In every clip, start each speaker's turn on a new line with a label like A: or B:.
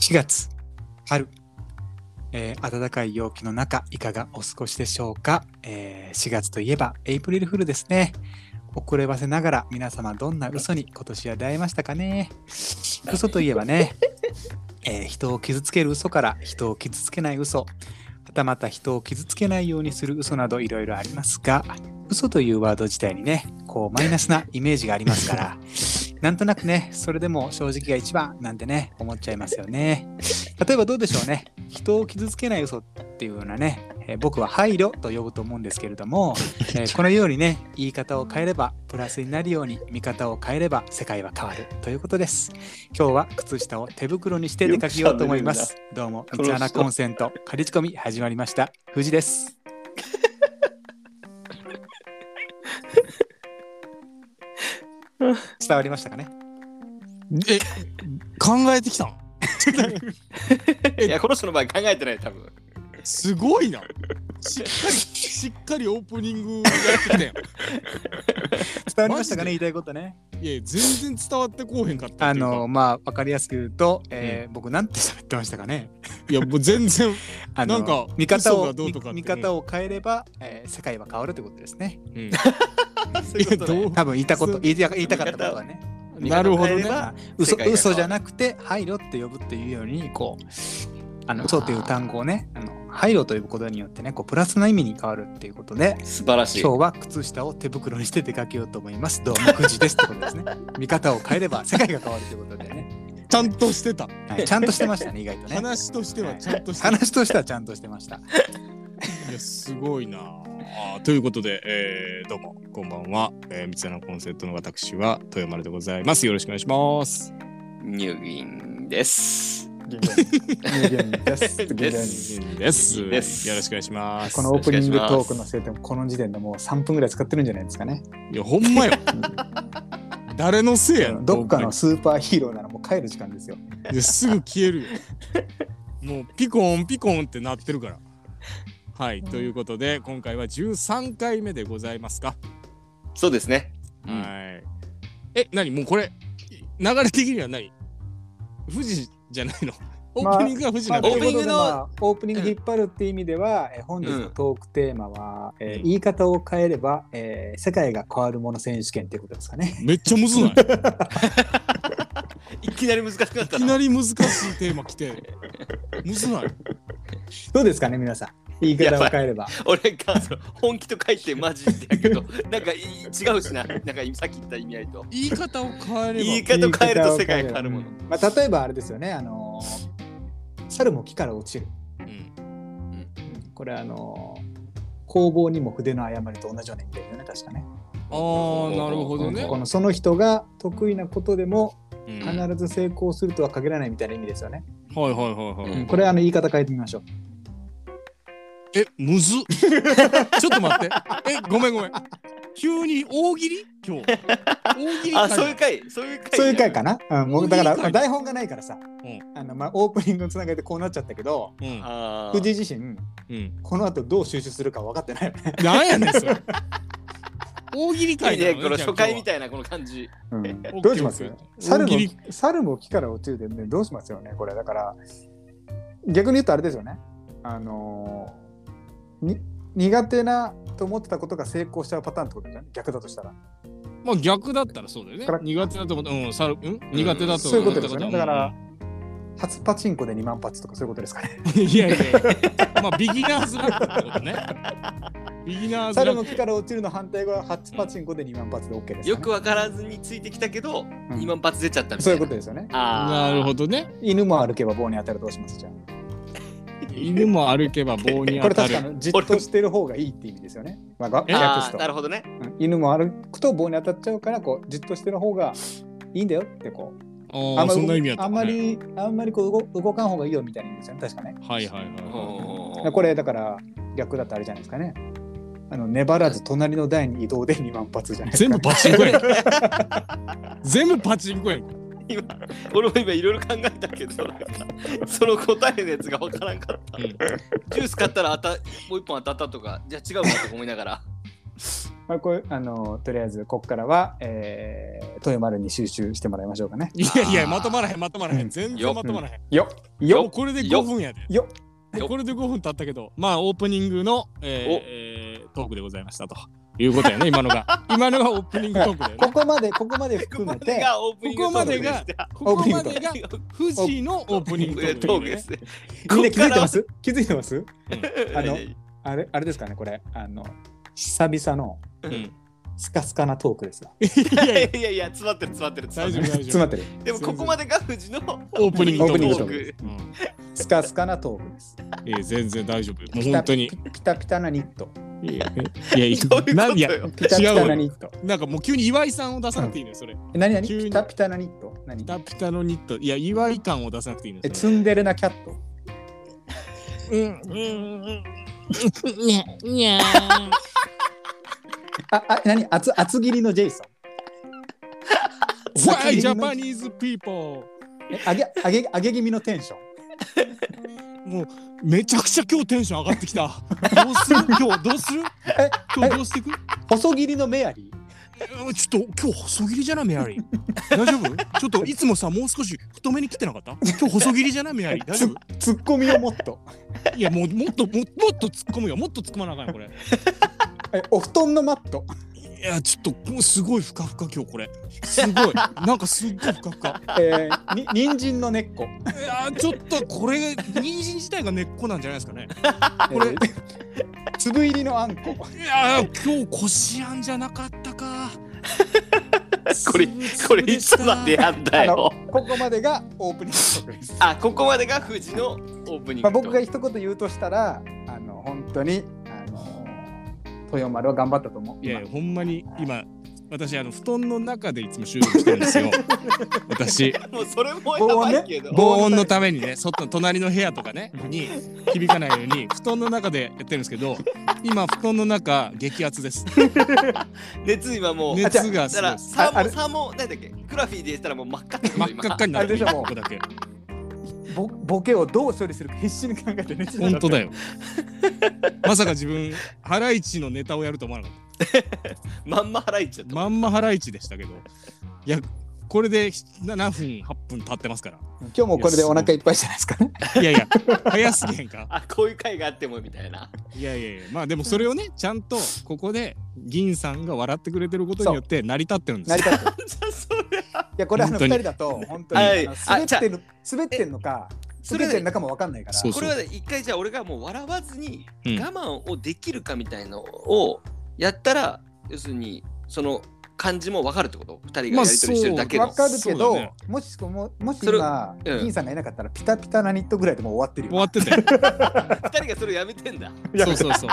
A: 4月春、えー暖かい陽気の中いかがお過ごしでしょうか、えー4月といえばエイプリルフールですね遅ればせながら皆様どんな嘘に今年は出会いましたかね嘘といえばね、えー人を傷つける嘘から人を傷つけない嘘はたまた人を傷つけないようにする嘘などいろいろありますが嘘というワード自体にねこうマイナスなイメージがありますから なんとなくねそれでも正直が一番なんてね思っちゃいますよね例えばどうでしょうね人を傷つけない嘘っていうようなね、えー僕は配慮と呼ぶと思うんですけれども、えーこのようにね言い方を変えればプラスになるように見方を変えれば世界は変わるということです今日は靴下を手袋にして出かけようと思いますどうも三つ穴コンセント仮仕込み始まりました藤 です伝わりましたかね
B: え、考えてきたん
C: いや、この人の場合考えてない、多分。
B: すごいな。しっかり、しっかりオープニングやってきたや
A: 伝
B: ん
A: わりましたかね言いたいことね。
B: いやいや、全然伝わってこうへんかった
A: あ
B: っていうか
A: のまあ分かりやすく言うと、えー僕なんて喋ってましたかね
B: いや、もう全然、
A: あの
B: なんか
A: 見方
B: 嘘
A: を
B: がどうとかって
A: 見見方を変えれば、えー世界は変わるということですね。
B: うん
C: そういうことね
B: いやどう
A: 多分言いたこと
B: そう
A: 言いた言いたかったことはね。
C: 見
B: な
C: 方
B: る
C: を
B: ほ
C: 変
B: ど
C: えれ
B: ね。
C: ば
A: 嘘
C: 世界が変わる
A: 嘘じゃなくて配慮って呼ぶっていうようにこうあの嘘という単語をねあの配慮と呼ぶことによってねこうプラスな意味に変わるっていうことで。
C: 素晴らしい。
A: 今日は靴下を手袋にして出かけようと思います。どうもくじですってことですね。 見方を変えれば世界が変わるということでね、
B: ちゃんとしてた。
A: はいちゃんとしてました ね、意外とね。
B: 話としてはちゃんとしてた。
A: 話としてはちゃんとしてました。
B: いや、すごいなあ。ということで、えーどうも、こんばんは。えー、三ツ穴コンセントの私は、豊丸でございます。よろしくお願いします。
C: 入院です。です
B: です。
C: いいです
B: よろしくお願いします。
A: このオープニングトークのせいでもこの時点でもう3分ぐらい使ってるんじゃないですかね。
B: いや、ほんまよ。誰のせいや
A: どっかのスーパーヒーローならもう帰る時間ですよ。
B: いやすぐ消えるよ。もうピコンピコンってなってるから。はい、ということで今回は13回目でございますか。
C: そうですね。うん
B: はい。え、何もうこれ流れ的には何富士じゃないのオ
A: まあ
B: ープニングが富士
A: ま
B: な
A: あ
B: の、
C: オープニング
A: ということ
C: の
A: でまあオープニング引っ張るっていう意味では、えー本日のトークテーマは、えー
B: うん
A: 言い方を変えれば、えー世界が変わるもの選手権ということですかね。
B: めっちゃむずないい
C: いきなり難しくなった
B: きな
C: な。
B: り難しいテーマ来て。むずない
A: どうですかね皆さん。言い方を変えれば。
C: 俺がそう本気と書いてマジってやけど、 なんかい違うしな。なんかさっき言った意味合いと。
B: 言い方を変えれば。
C: 言い方を変えると世界が変わるも
A: う
C: の。
A: んまあ、例えばあれですよね、あのー猿も木から落ちる。
B: うん
A: これあのー工房にも筆の誤りと同じような意味だよね確かね。
B: あーなるほどね
A: こ。のその人が得意なことでも
B: うん
A: 必
B: はいはい
A: ず成功するとは限らないみたいな意味ですよね。
B: はいはい。
C: うん
A: これあの言い方変えてみましょう。
B: え、むずっ ちょっと待って。え、ごめんごめん。急に大喜利今日。大喜利
C: あ、そういう
B: う。
C: 回、そういう回。
A: そういう回かな。うん、もうだから
B: いい
A: まあ
B: 回
A: 台本がないからさ、
B: ん
A: あのまあオープニングのつながりでこうなっちゃったけど、
B: うん。
C: あー。
A: 藤井自身
B: うん。
A: この後どう収集するか分かってないよ ね。
B: なんやねん、それ。大喜利
C: い
B: 会
C: い
B: なの
C: ね、この初回み
B: い。
C: たいなこの感じ。
A: うん
B: ー
A: どうします
B: オッケーオッケ
A: 猿も
B: ー大喜
A: 猿も木から落ちるで、ね、どうしますよねこれだから逆に言うとあれですよね。あのーに苦手なと思ってたことが成功しちゃうパターンってことじゃん逆だとしたら。
B: まあ逆だったらそうだよね
A: だから。
B: 苦手だと思った。うん、猿、うん苦手だと
A: そういうこ
B: 思っ
A: とで
B: た
A: すよね。
B: は
A: だから、初パチンコで2万発とかそういうことですかね。
B: うん いやいやいや。まあビギナーズラックってこと ね。ビギナーズ
A: 猿
B: ラッ
A: の
B: ク。
A: 木から落ちるの反対語は初パチンコで2万発で OK です、ね。
C: よくわからずについてきたけど、
A: うん
C: 今罰出ちゃったみた
A: そうい
C: いう
A: こ
C: な
A: と。ですよね。
C: あ
B: なるほどね。
A: 犬も歩けば棒に当たるどうしますじゃん。
B: 犬も歩けば棒に
A: こ
B: 当
A: れ
B: た
A: 確か
B: る。
A: にじっとしてる方がいいって意味ですよね。まあ、が
B: え
C: あ
A: 訳
C: ー
A: すと
C: なるほどね。
A: うん犬も歩くと棒に当たっちゃうからこうじっとしてる方がいいんだよってこう
B: ああ、
A: ま
B: そんな意味やったね。
A: あんまりあんまりこう動動かん方がいいよみたいな意味ですよね確かね。
B: はいはいはいはい。
A: これだから逆だとあれじゃないですかね。あの粘らず隣の台に移動で2万発じゃないです
B: 全
A: か
B: 部。パチンコやん 全部パチンコやん
C: 今俺も今いろいろ考えたけどなんかその答えのやつがわからんかった、
B: うん
C: ジュース買ったらあたもう一本当たったとかじゃあ違うかとか思いながら
A: まあ、こうあのとりあえずここからは、えー、豊丸に収集してもらいましょうかね。
B: いやいや、まとまらへん、まとまらへん。全然まとまらへん。
A: よっ
B: も
A: よ
B: う
A: っ
B: これで5分やで。
A: よ
B: で
C: よ
B: これで5分経ったけど、まあオープニングの、えーえートークでございましたということ やね、今のが。今のがオープニングトークだよ
A: こ
B: ね。
A: こまでここまで含 めて
C: がオープニングトークでし
B: ここまで
C: た
B: が富士のオープニングト
C: トー
B: ーク
C: ク
B: だよ
C: で
B: ね
C: す。ね。
A: みんな気づいてます気づいてますあの
C: いやいや
A: あれあれですかねこれあの久々の
B: うん
A: スカスカなトークですよ。
B: いやいや
C: いやいや、詰まってる詰まってる
B: 大丈
C: 詰
B: 夫
C: まっ
A: 詰まって
C: て
B: 大丈夫
A: る
C: る。でもここまでが富士の
B: オープニングト
A: オープニング
B: ー
A: ト
B: ク
A: ークです。
B: うん
A: スカスカなトークです。
B: いや全然大丈夫。もう本当に
A: ピ。タピタピタなニット。
B: いやいやい
C: どういうこと
B: や、
C: よ
B: なんいや
A: ピタピタなニット。
B: なんかもう急に岩井さんを出さなくていいのよ、それ。
A: え何何
B: 急に
A: ピタピタなニット。何
B: ピタピタのニット。いや、岩井感を出さなくていいのよ
A: え
B: そ
A: ツンデレなキャット。
B: れ。うん、うん、うん。
A: ああ何厚厚切りのジェイソン。
B: Why Japanese people?
A: え上げ上げ上げ気味のテンション。
B: めちゃくちゃ今日テンション上がってきた。 どうする今日どうする
A: え
B: 今日どうしていくえ
A: 細切りのメアリー。
B: ちょっと今日細切りじゃないメアリー。大丈夫ちょっといつもさもう少し太めに切ってなかった今日細切りじゃない メアリー。大丈夫
A: ツッコミをもっと。
B: いやもうもっとももっと突っ込むよ。もっと突っ込まなあかんよこれ。
A: えお布団のマット。
B: いやちょっともうすごいふかふか今日これ。すご い。なんかすっごいふかふか。
A: えー、に人参の根っこ。
B: いやちょっとこれ人参自体が根っこなんじゃないですかね。
A: これ、 粒入りのあんこ。
B: いやー今日こしあんじゃなかったか。
C: これこれいつまで
B: や
C: やんだよ。
A: ここまでがオープニングトークです。
C: あ、ここまでが富士のオープニング。
A: まあ、僕が一言言うとしたら、あの本当にあの豊丸は頑張ったと思う。
B: いやいやほんまに今私あの布団の中でいつも収録してる んですよ。私
C: もうそれもやばいけど。
B: 防音のためにね外の隣の部屋とかねに響かないように布団の中でやってるんですけど今布団の中激アツ です。
C: 熱今もう。だ
B: 熱がす
C: か
B: ごい
C: ら
B: です。
C: サ
A: あ
C: ー
A: れ
C: モサーモなんだっけグラフィーで言ったらもう真っ赤って
B: 真っ赤っかになってる
A: あれでしょもう
B: ここだけ。
A: ボボケをどう処理するか必死に考えてね。
B: 本当だよ。まさか自分ハライチのネタをやると思わなかった。
C: まんま払いちゃった。
B: まんまハライチでしたけど。いや、これで7分、8分経ってますか
A: 今日もこれでお腹いっぱいじゃないですかね。
B: ら。いやいや、早すぎへんか。
C: あ、こういう回があってもみたいな。
B: いやいやいや、まあでもそれをね、ちゃんとここで銀さんが笑ってくれてることによって成り立ってるんです
A: 成り。
B: よ
A: 立ってる。
C: じゃあそれ。
A: いやこれあの二
B: 本当に
A: 人だと本当に
C: はい
A: あの
C: あ
A: 滑ってる滑ってるのか
C: そ
A: 滑
C: れ
A: ってる
C: で
A: のかもわかんないから。
B: そう
C: これはね一回じゃあ俺がもう笑わずに
B: うん
C: 我慢をできるかみたいのをやったら、要するにその感じも分かるってこと二人がやり取りしてるだけの、
A: わかるけど、
B: そうだね
A: もしこももし
C: それ
A: 今、
C: うん
A: 銀さんがいなかったらピタピタなニットぐらいでもう終わってる
B: 終
A: よ。
B: わってたよ。
C: 二人がそれやめてんだ
B: そうそうそう。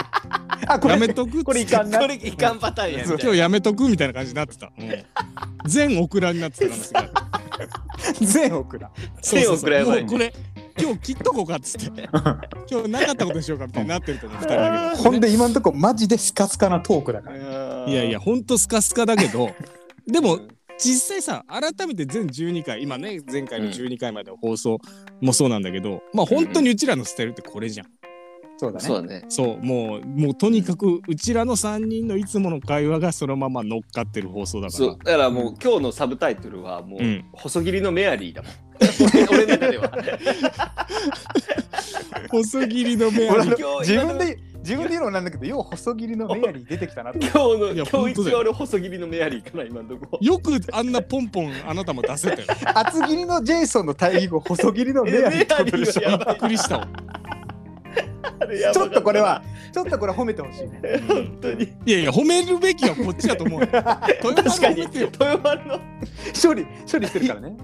A: あこれ
B: やめとくっ
A: これ
B: つ
A: い
B: って
A: かんな。
C: それいかんパターンやみたい
B: 今
C: な
B: 日やめとくみたいな感じになってた。うん全オクラになってたからすごい
A: 全億だ。
B: そうそ
C: 全オ
B: うそ
C: ク
B: う
C: ラやば
B: も
C: いう
B: これ、今日切っとこうかっつって。今日なかったことにしようかみたいになってると思う、2人だけど
A: ほんで今んとこマジでスカスカなトークだから。
B: いやいや、ほんとスカスカだけど、でも実際さ改めて全12回今ね前回の12回までの放送もそうなんだけど、まあ本当にうちらのスタイルってこれじゃん、
A: そうだね。
C: そうだね
B: そうもうもうとにかくうちらの3人のいつもの会話がそのまま乗っかってる放送だか
C: そ
B: ら
C: うだからもう今日のサブタイトルはもう、
B: うん
C: 細切りのメアリーだもん俺俺の中では
B: 細切りのメア
A: 俺
B: リー
A: あの自分で自分で言うのもなんだけどよう細切りのメアリー出てきたなって。
C: 今日の
B: いや
C: 今日
B: 本当だ
C: 一
B: よ
C: 応俺細切りのメアリーかな今のとこ
B: よくあんなポンポンあなたも出せたよ び
A: 厚切りのジェイソンの対義語細切りのメアリーってことでしょ
C: メアリーはやば
B: っくりしたわ、
A: ちょっとこれ はちょっとこれ褒めてほしいね。
B: うん
C: 本当に
B: いやいや褒めるべきはこっちだと思うよ豊
C: 確か
B: 丸褒
C: に
B: めてよ
C: 豊丸の
A: 処理処理してるからね。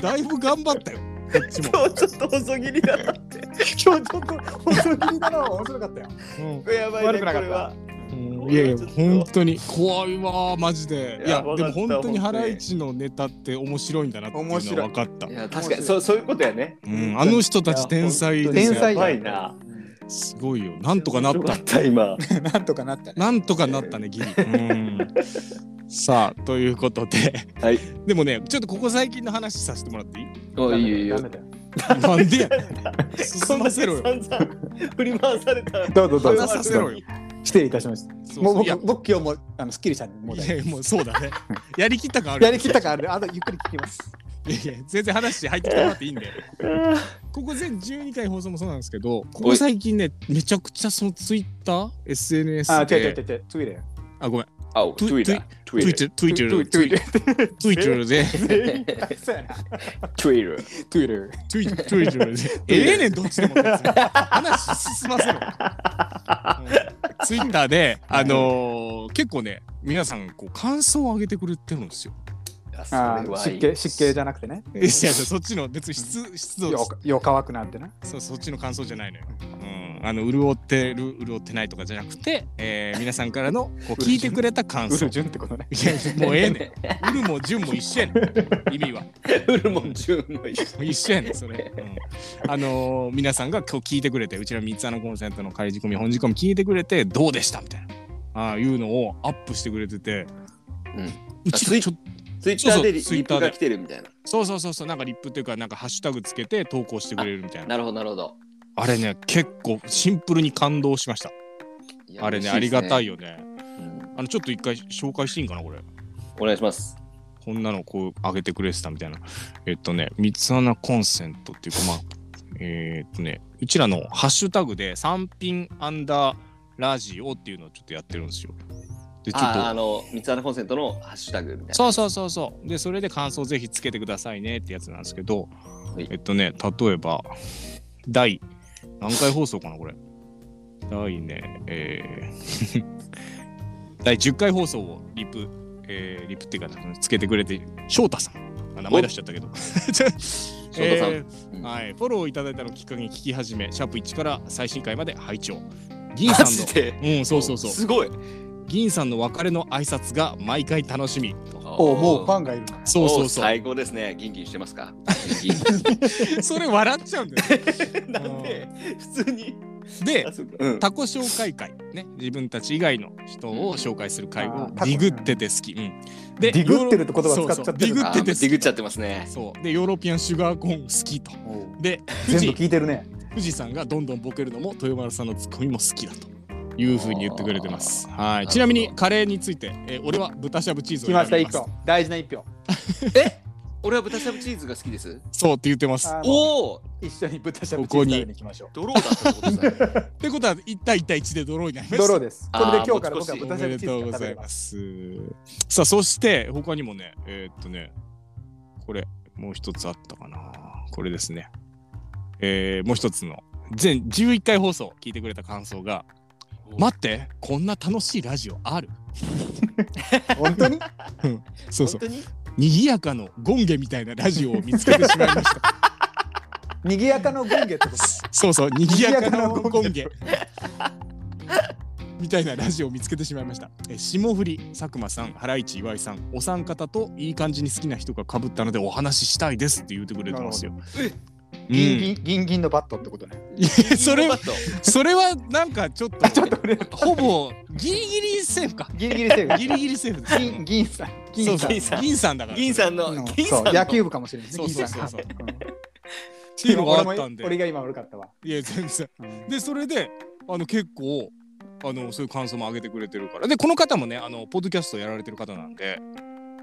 B: だいぶ頑張ったよこっちも、
C: 今日ちょっと細切りだなって
A: 今日ちょっと細切りなのは面白かったよ。
B: うん
C: これやばいね
A: 悪くなか
C: こ
A: った
C: れは
B: うんいやいや
C: ちょっと
B: 本当に怖いわマジでい
C: いや
B: や
C: わ
B: で
C: か
B: も
C: った
B: 本当にハライチのネタって面白いんだなっていうのは
A: 面白い
B: 分かった
C: い、や確かにそうそういうことやね
B: うん、あの人たち天才ですよ
A: 天才
C: やばいな。
B: すごいよなんとかなっ
C: よか
B: た
C: った今。
A: なんとかなったね。
B: なんとかなったねギリ、うん、さあということで
C: はい。
B: でもねちょっとここ最近の話させてもらっていい
C: おいいよいいよ
A: ダメだよ
B: なんでや
D: こ
B: 進
D: ん
B: ま
D: だ
B: せ
D: け
B: ろよ。
D: 散々振り回された。
A: どうぞどうぞ
B: 話させろよ。
A: 失礼いたしました
B: そう
A: もう
B: そういや
A: 僕僕今日もあのスッキリしたんでもう大
B: い
A: 丈
B: やもうそうだね。やりきった感あ
A: 夫
B: る
A: やりきったからあるあとゆっくり聞きます
B: いやいや全然話入ってきてもらっていいんで。ここ全12回放送もそうなんですけど、ここ最近ね、めちゃくちゃそのツイッター、SNS
A: あ違う
B: で、
A: 違う違う違うツイレー
B: あ、ごめん、
C: あ、お
B: Twi-
C: Twitter。Twitter。
B: Twitter、Twitter、Twitter、Twitter で、
A: そうやな
C: Twitter。
A: ツイレー
B: Twitter Twitter で、ええねん、どっちでも別に。話進ませろ。ツイッターで、あのー、結構ね、皆さんこう感想を上げてくれてるんですよ。
A: あ
C: あ
A: ー湿気湿気じゃなくてね
B: いやいやそっちの別に湿湿度
A: よよ乾くなってな
B: そうそっちの感想じゃないのよ。うん、あの潤ってる潤ってないとかじゃなくて、えー皆さんからの こう聞いてくれた感
A: ウ
B: 想。
A: ル
B: い
A: ジュンってことね
B: やもうええねん。ウルもジュンも一緒やねん。意味は。
C: ウルモン純の一緒。
B: 一緒やねん、それ。うんあのー皆さんが今日聞いてくれて、うちら三つ穴コンセントの仮仕込み、本仕込み聞いてくれて、どうでしたみたいな。ああいうのをアップしてくれてて、
C: うん
B: うちらちょっと
C: ツイッターでリ
B: そうそう
C: リップが来てるみたいな。
B: そうそうそうそうなんかリップというかなんかハッシュタグつけて投稿してくれるみたいな
C: なるほど、なるほど。
B: あれね結構シンプルに感動しました
C: いや
B: あれねありがたい。よ
C: 嬉し
B: ね
C: ですうん
B: あのちょっと一回紹介していいんかなこれ
C: お願いします。
B: こんなのこう上げてくれてたみたいなえっとね三つ穴コンセントっていうかまあえーっとねうちらのハッシュタグで「三品アンダーラジオ」っていうのをちょっとやってるんですよでちょっ
C: あ、あ
B: と
C: の、三つ穴コンセントのハッシュタグみたいな。
B: そうそうそうそうでそれで感想ぜひつけてくださいねってやつなんですけど
C: はい
B: えっとね例えば第何回放送かなこれ第ねえー 第10回放送をリプ、えーリプっていうかつけてくれて翔太さんあ名前出しちゃったけ ど翔
C: 翔
B: 太
C: 太さんうん
B: はい、フォローいただいたのをきっかけに聞き始めシャープ1から最新回まで拝聴銀さ
C: マ
B: ん
C: ジ
B: の
C: で
B: うんそうそうそう
C: すごい。
B: 銀さんの別れの挨拶が毎回楽しみ
A: おもうファ
C: ン。
A: ンがいるな
B: そう
C: お
B: そうそう
C: 最高ですね。ギンギンしてますかギンギ
B: それ笑っちゃうんだよ。
C: ンなんで、普通に。
B: で
C: あ、そうかうん
B: 他己紹介会ね自分たち以外の人を紹介する会
A: うん
B: を
A: あー
B: デ
A: 他己
B: ィグってて好き。うん、で
A: ディグってるって言葉
B: そう
A: 使
B: そう
A: っちゃってる
B: ディ
A: な
B: グ
C: あ
B: って
C: ー
B: て
C: ディグっちゃ
B: っ
C: ってますね。
B: そうでヨーロピアンシュガーコーン好きと。で富
A: 全
B: 士
A: 部聞いてるね
B: 富士山がどんどんボケるのも豊丸さんのツッコミも好きだと。いうふうに言ってくれてます。はい。ちなみにカレーについて、えー俺は豚しゃぶチーズを
A: 来ました
B: 選び
A: 一票大事な一票
C: え俺は豚しゃぶチーズが好きです。
B: そうって言ってます。
A: あの
C: おお
A: 一緒に豚しゃぶチーズ食べに行きましょ
C: ドローだったってことですね。
B: ってことは1対1対1でドローになり
A: う
B: まし
A: ド
B: た
A: ロー。ですこれで今日から
C: あーもう
A: 僕は
C: 少し
B: おめ
A: 豚しゃぶ
B: で
A: チーズ
B: とう
A: が
B: ご
A: 食べ
B: ざい
A: れま
B: ますす。さあ、そして、他にもね、えーっとね、これ、もう一つあったかな。これですね。えーもう一つの、全11回放送聞いてくれた感想が、 待って、こんな楽しいラジオある
A: 本当に
B: そうそう
C: 本当、に
B: 賑やかのゴンゲみたいなラジオを見つけてしまいました。
A: 賑やかのゴンゲってこと
B: そうそう、賑やかな
A: 賑やかな
B: ゴンゲ。 みたいなラジオを見つけてしまいました。え霜降り、佐久間さん、ハライチ、岩井さん、お三方といい感じに好きな人がかぶったのでお話ししたいですって言ってくれてますよ。う
A: ギン
B: ん、
A: ギンギンギンのバットってことね
B: それ
C: は
B: は、 それはなんかちょっと、ほぼギリギリセーフか。
A: ギリギリセーフ
B: ギリギリセーフです。
A: 銀銀さん
B: そ
A: 銀
B: う
A: さ
B: そ
A: ん
B: う
C: 銀さん
B: 銀さんだから。
C: 銀さんの
A: の
C: 銀さん
A: そ
C: の
A: う野球部かもしれないです
B: そ
A: ね銀
B: うそうそう
A: さん
B: そう。っ
A: うん
B: ていうのがあ
A: 俺も
B: ったんで。
A: 俺が今悪かったわ
B: いや、全然。
A: うん
B: でそれであの結構あのそういう感想も上げてくれてるからでこの方もねあのポッドキャストやられてる方なんで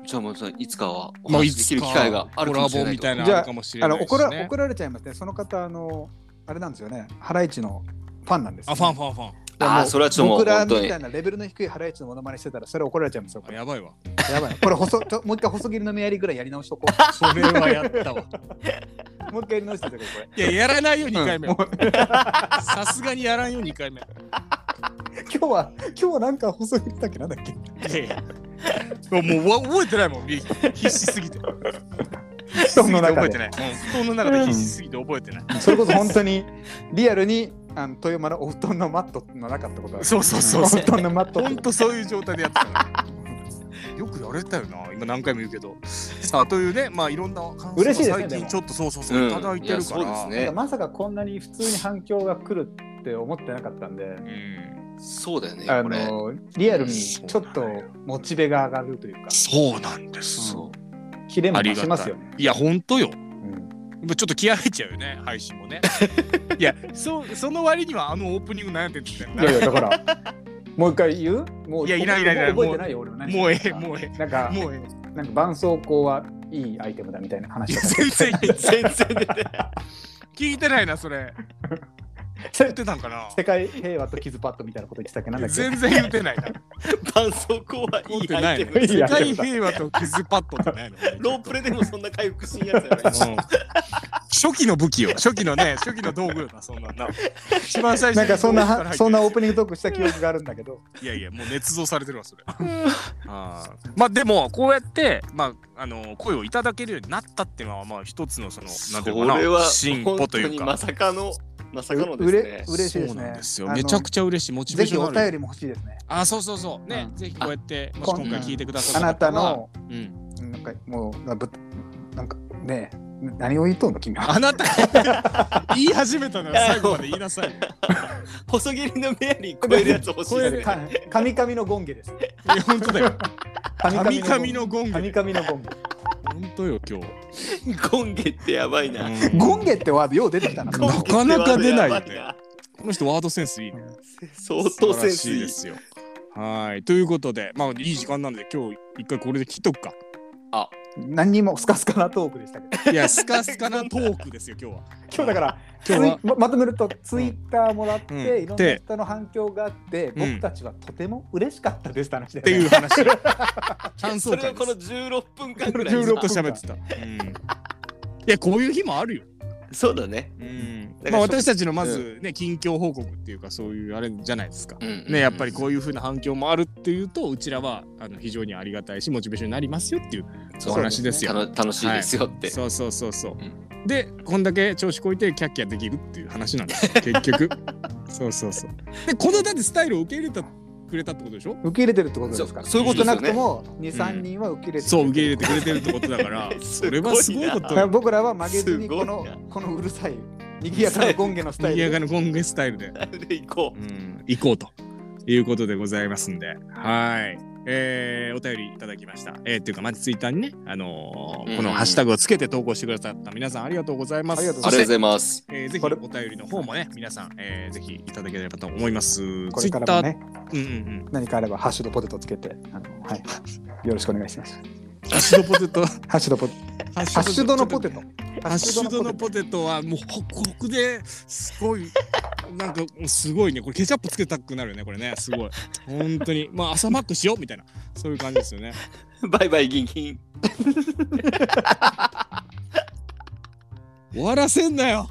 C: じゃあもうさいつかはお話しできる機会がある
B: コ
C: か
B: ラ
C: もしれ
B: ボ
C: ない
B: み
C: と
B: たいな
A: じゃあ
B: あるかもしれ
A: あ
B: な
A: の
B: いし、
A: 怒ら
B: ね
A: 怒、られちゃいますねその方あのあれなんですよねハライチのファンなんですよ
B: あファンファンファン
C: ああそれはちょっともう
A: 僕ら
C: 本
A: み
C: 当に
A: たいなレベルの低いハライチのモノマネしてたらそれ怒られちゃいますよこ
B: あ
A: れ
B: やば いわ
A: やばいこれ細ちょもう一回細切りの目やりぐらいやり直しとこ
B: それはやったわ
A: うもう一回やり直してたけどこれ
B: いややらないよ2回目
A: うんもう
B: さすがにやらんよ2回目い
A: 今日は今日はなんか細切ったっけなんだっけ
B: やいやもうわ覚えてないもん必死すぎて必死すぎ
A: 布団
B: て
A: の
B: 覚
A: 中
B: え
A: で
B: てない、うん、布団の中で必死すぎて覚えてない、
A: それこそ本当にリアルにあの豊丸お布団のマットの中ってことだ
B: そうそうそうそう
A: お布団のマット
B: ほんとそういう状態でやってた のよくやれたよな今何回も言うけどさあというねまあいろんな感想が
A: 嬉しいですね
B: 最
A: で
B: 近
A: も
B: ちょっとそうそうそううんいただいてるから、
C: いやそうです
A: なんか
C: ね
A: まさかこんなに普通に反響が来るって思ってなかったんで、
B: うん
C: そうだよね
A: あ
C: これ
A: のリアルにちょっとモチベが上がるというか、
B: そうなんです、
C: そう
A: キレも増しますよね。
B: いやほんとよ
A: うん
B: っぱちょっと気合入っちゃうよね、配信 もね。いや、そその割にはあのオープニング何やってんってん
A: いやいやだからもう一回言うもう
B: いやいないいないいない
A: もう覚えてないよ俺も何
B: もうええ、もうえ
A: なんか
B: え、もうええ。
A: なんか絆創膏はいいアイテムだみたいな話
B: い
A: だ
B: や
A: った
B: 全然いい、
D: 全然 出て
B: 聞いてないな、それ。言ってたんかな
A: 世界平和とキズパッドみたいなこと言ってたっけなんだっけ
B: 全然言ってないな。
D: 絆創膏はいいアイテ
B: 持
A: って
D: ム
A: ないのい
B: 世
A: や
B: 界平和と傷パッドって ないの
D: ロープレでもそんな回復しんやつやない
B: うん初期の武器よ。初期のね、初期の道具よな、そんなんな。一番最初
A: なん
B: に
A: かそん
B: 道具から入っ
A: な
B: て
A: そんなオープニングトークした記憶があるんだけど
B: いやいや、もう捏造されてるわ、それ。あーまあでも、こうやって、まあ、あの、声をいただけるようになったっていうのは、まあ、一つの、その、なんていうの
D: これ
B: か
D: は
B: な、進歩
D: 本
B: と
D: 当
B: いう
D: にま
B: か。
D: さかのまさ
A: う
D: かので
A: う
D: す
A: れ
D: ね
A: 嬉しいです
B: そうなん
A: ね
B: です
A: あ
B: よ。
A: の
B: めちゃくちゃ嬉しい。モチ
A: ぜ
B: ベーシ
A: ひ
B: ョ
A: お
B: ンがあ
A: 便り
B: る。
A: も欲しいですね
B: あー、そうそうそう。ね、
A: うん
B: ぜひこうやって、もし
A: こん
B: 今回聞いてくださ
A: あ
B: った
A: な
B: 方
A: た
B: は
A: の
B: うん。
A: なんかもうなぶなんかねえ何を言っとんの君は
B: あなた、言い始めた なら最後まで言いな さい。
D: 細切りのメアリー超えるやつ欲しい
A: こ
D: で
A: れ
D: すね
A: か神々のゴンゲです
B: いや本当だよ。神々のゴンゲ。
A: 神々のゴンゲ
B: 本当よ、今日。
D: ゴンゲってやばいな
B: うん
A: ゴンゲってワードよう出てきたな
B: ゴンゲなかなか出ないよ
D: ゴンゲ
B: ね
D: ってやば
B: この人ワードセンスいいね。
D: 相当セン
B: 素
D: ス
B: 晴らしい
D: い
B: で
D: い
B: すよ。はい。ということで、まあいい時間なんで今日一回これで切っとくか。
A: 何にもスカスカなトークでしたけ ど
B: いや、スカスカなトークですよ、今日は。
A: 今日だからツイ
B: 今日は
A: ままとめるとツイッターもらって、
B: うん
A: いろんな
B: で
A: 人の反響があって、
B: うん
A: 僕たちはとても嬉しかったですって話だ
B: って
A: よ
B: い
A: ね
B: う話。感想
D: それ
B: 会
D: をこ
B: で
D: の
B: す。
D: 16分間ぐらい
B: 16と
A: 分
B: 喋ってた。うん。いや、こういう日もあるよ。
D: そうだね
B: うん
D: だ。か
B: ま
D: ら
B: あ私たちのまずね、近況報告っていうか、そういうあれじゃないですか。ね、やっぱりこういう風な反響もあるっていうと、うちらはあの非常にありがたいし、モチベーションになりますよっていうお話ですよ。
D: 楽楽しいですよって
B: そうそうそうそう、でこんだけ調子こいてキャッキャできるっていう話なんですよ 結局そうそうそうでこのだってスタイルを受け入れたくれたってことでしょ
A: 受け入れてるってことですか
D: そうそういうことで
A: 少
D: す
A: な
D: よ
A: く
D: ね
A: とも23人は受け入れてる
B: そう受け入れてくれてるってことだからそれ はすごいこ
A: だ
B: と
A: から
B: よ
A: 僕らは曲げずに
D: すご
A: こ
D: いな
A: のこのうるさい賑やかなゴンゲのスタイ
B: 賑や
A: ル
B: か
A: で
B: なゴンゲスタイルで、
D: で行こ
B: うん、行こうということでございますんではいえー、お便りいただきました。えー、っていうか、まずツイッターにね、あのー
D: うん
B: このハッシュタグをつけて投稿してくださった皆さんありがとうございます。
A: ありがとう
D: う
A: ご
D: あ
B: そ
D: りが
B: し
D: とう
B: て
D: ございます
B: えー、ぜひお便りの方もね、皆さん、えー、ぜひいただければと思います。
A: これからもね
B: ツイッター、うんうんうん。
A: 何かあればハッシュドポテトつけてあの、はい、よろしくお願いします
B: ハッシュドポテト。ハ
A: ハッシュドポハッシュドのポテト。
B: ハッシュドのポテトはもうホクホクですご い。なんかすごいね。これケチャップつけたくなるよね。これね。すごい。本当に。まあ朝マックしようみたいな。そういう感じですよね。
D: バイバイギンギン
B: 終わらせんなよ。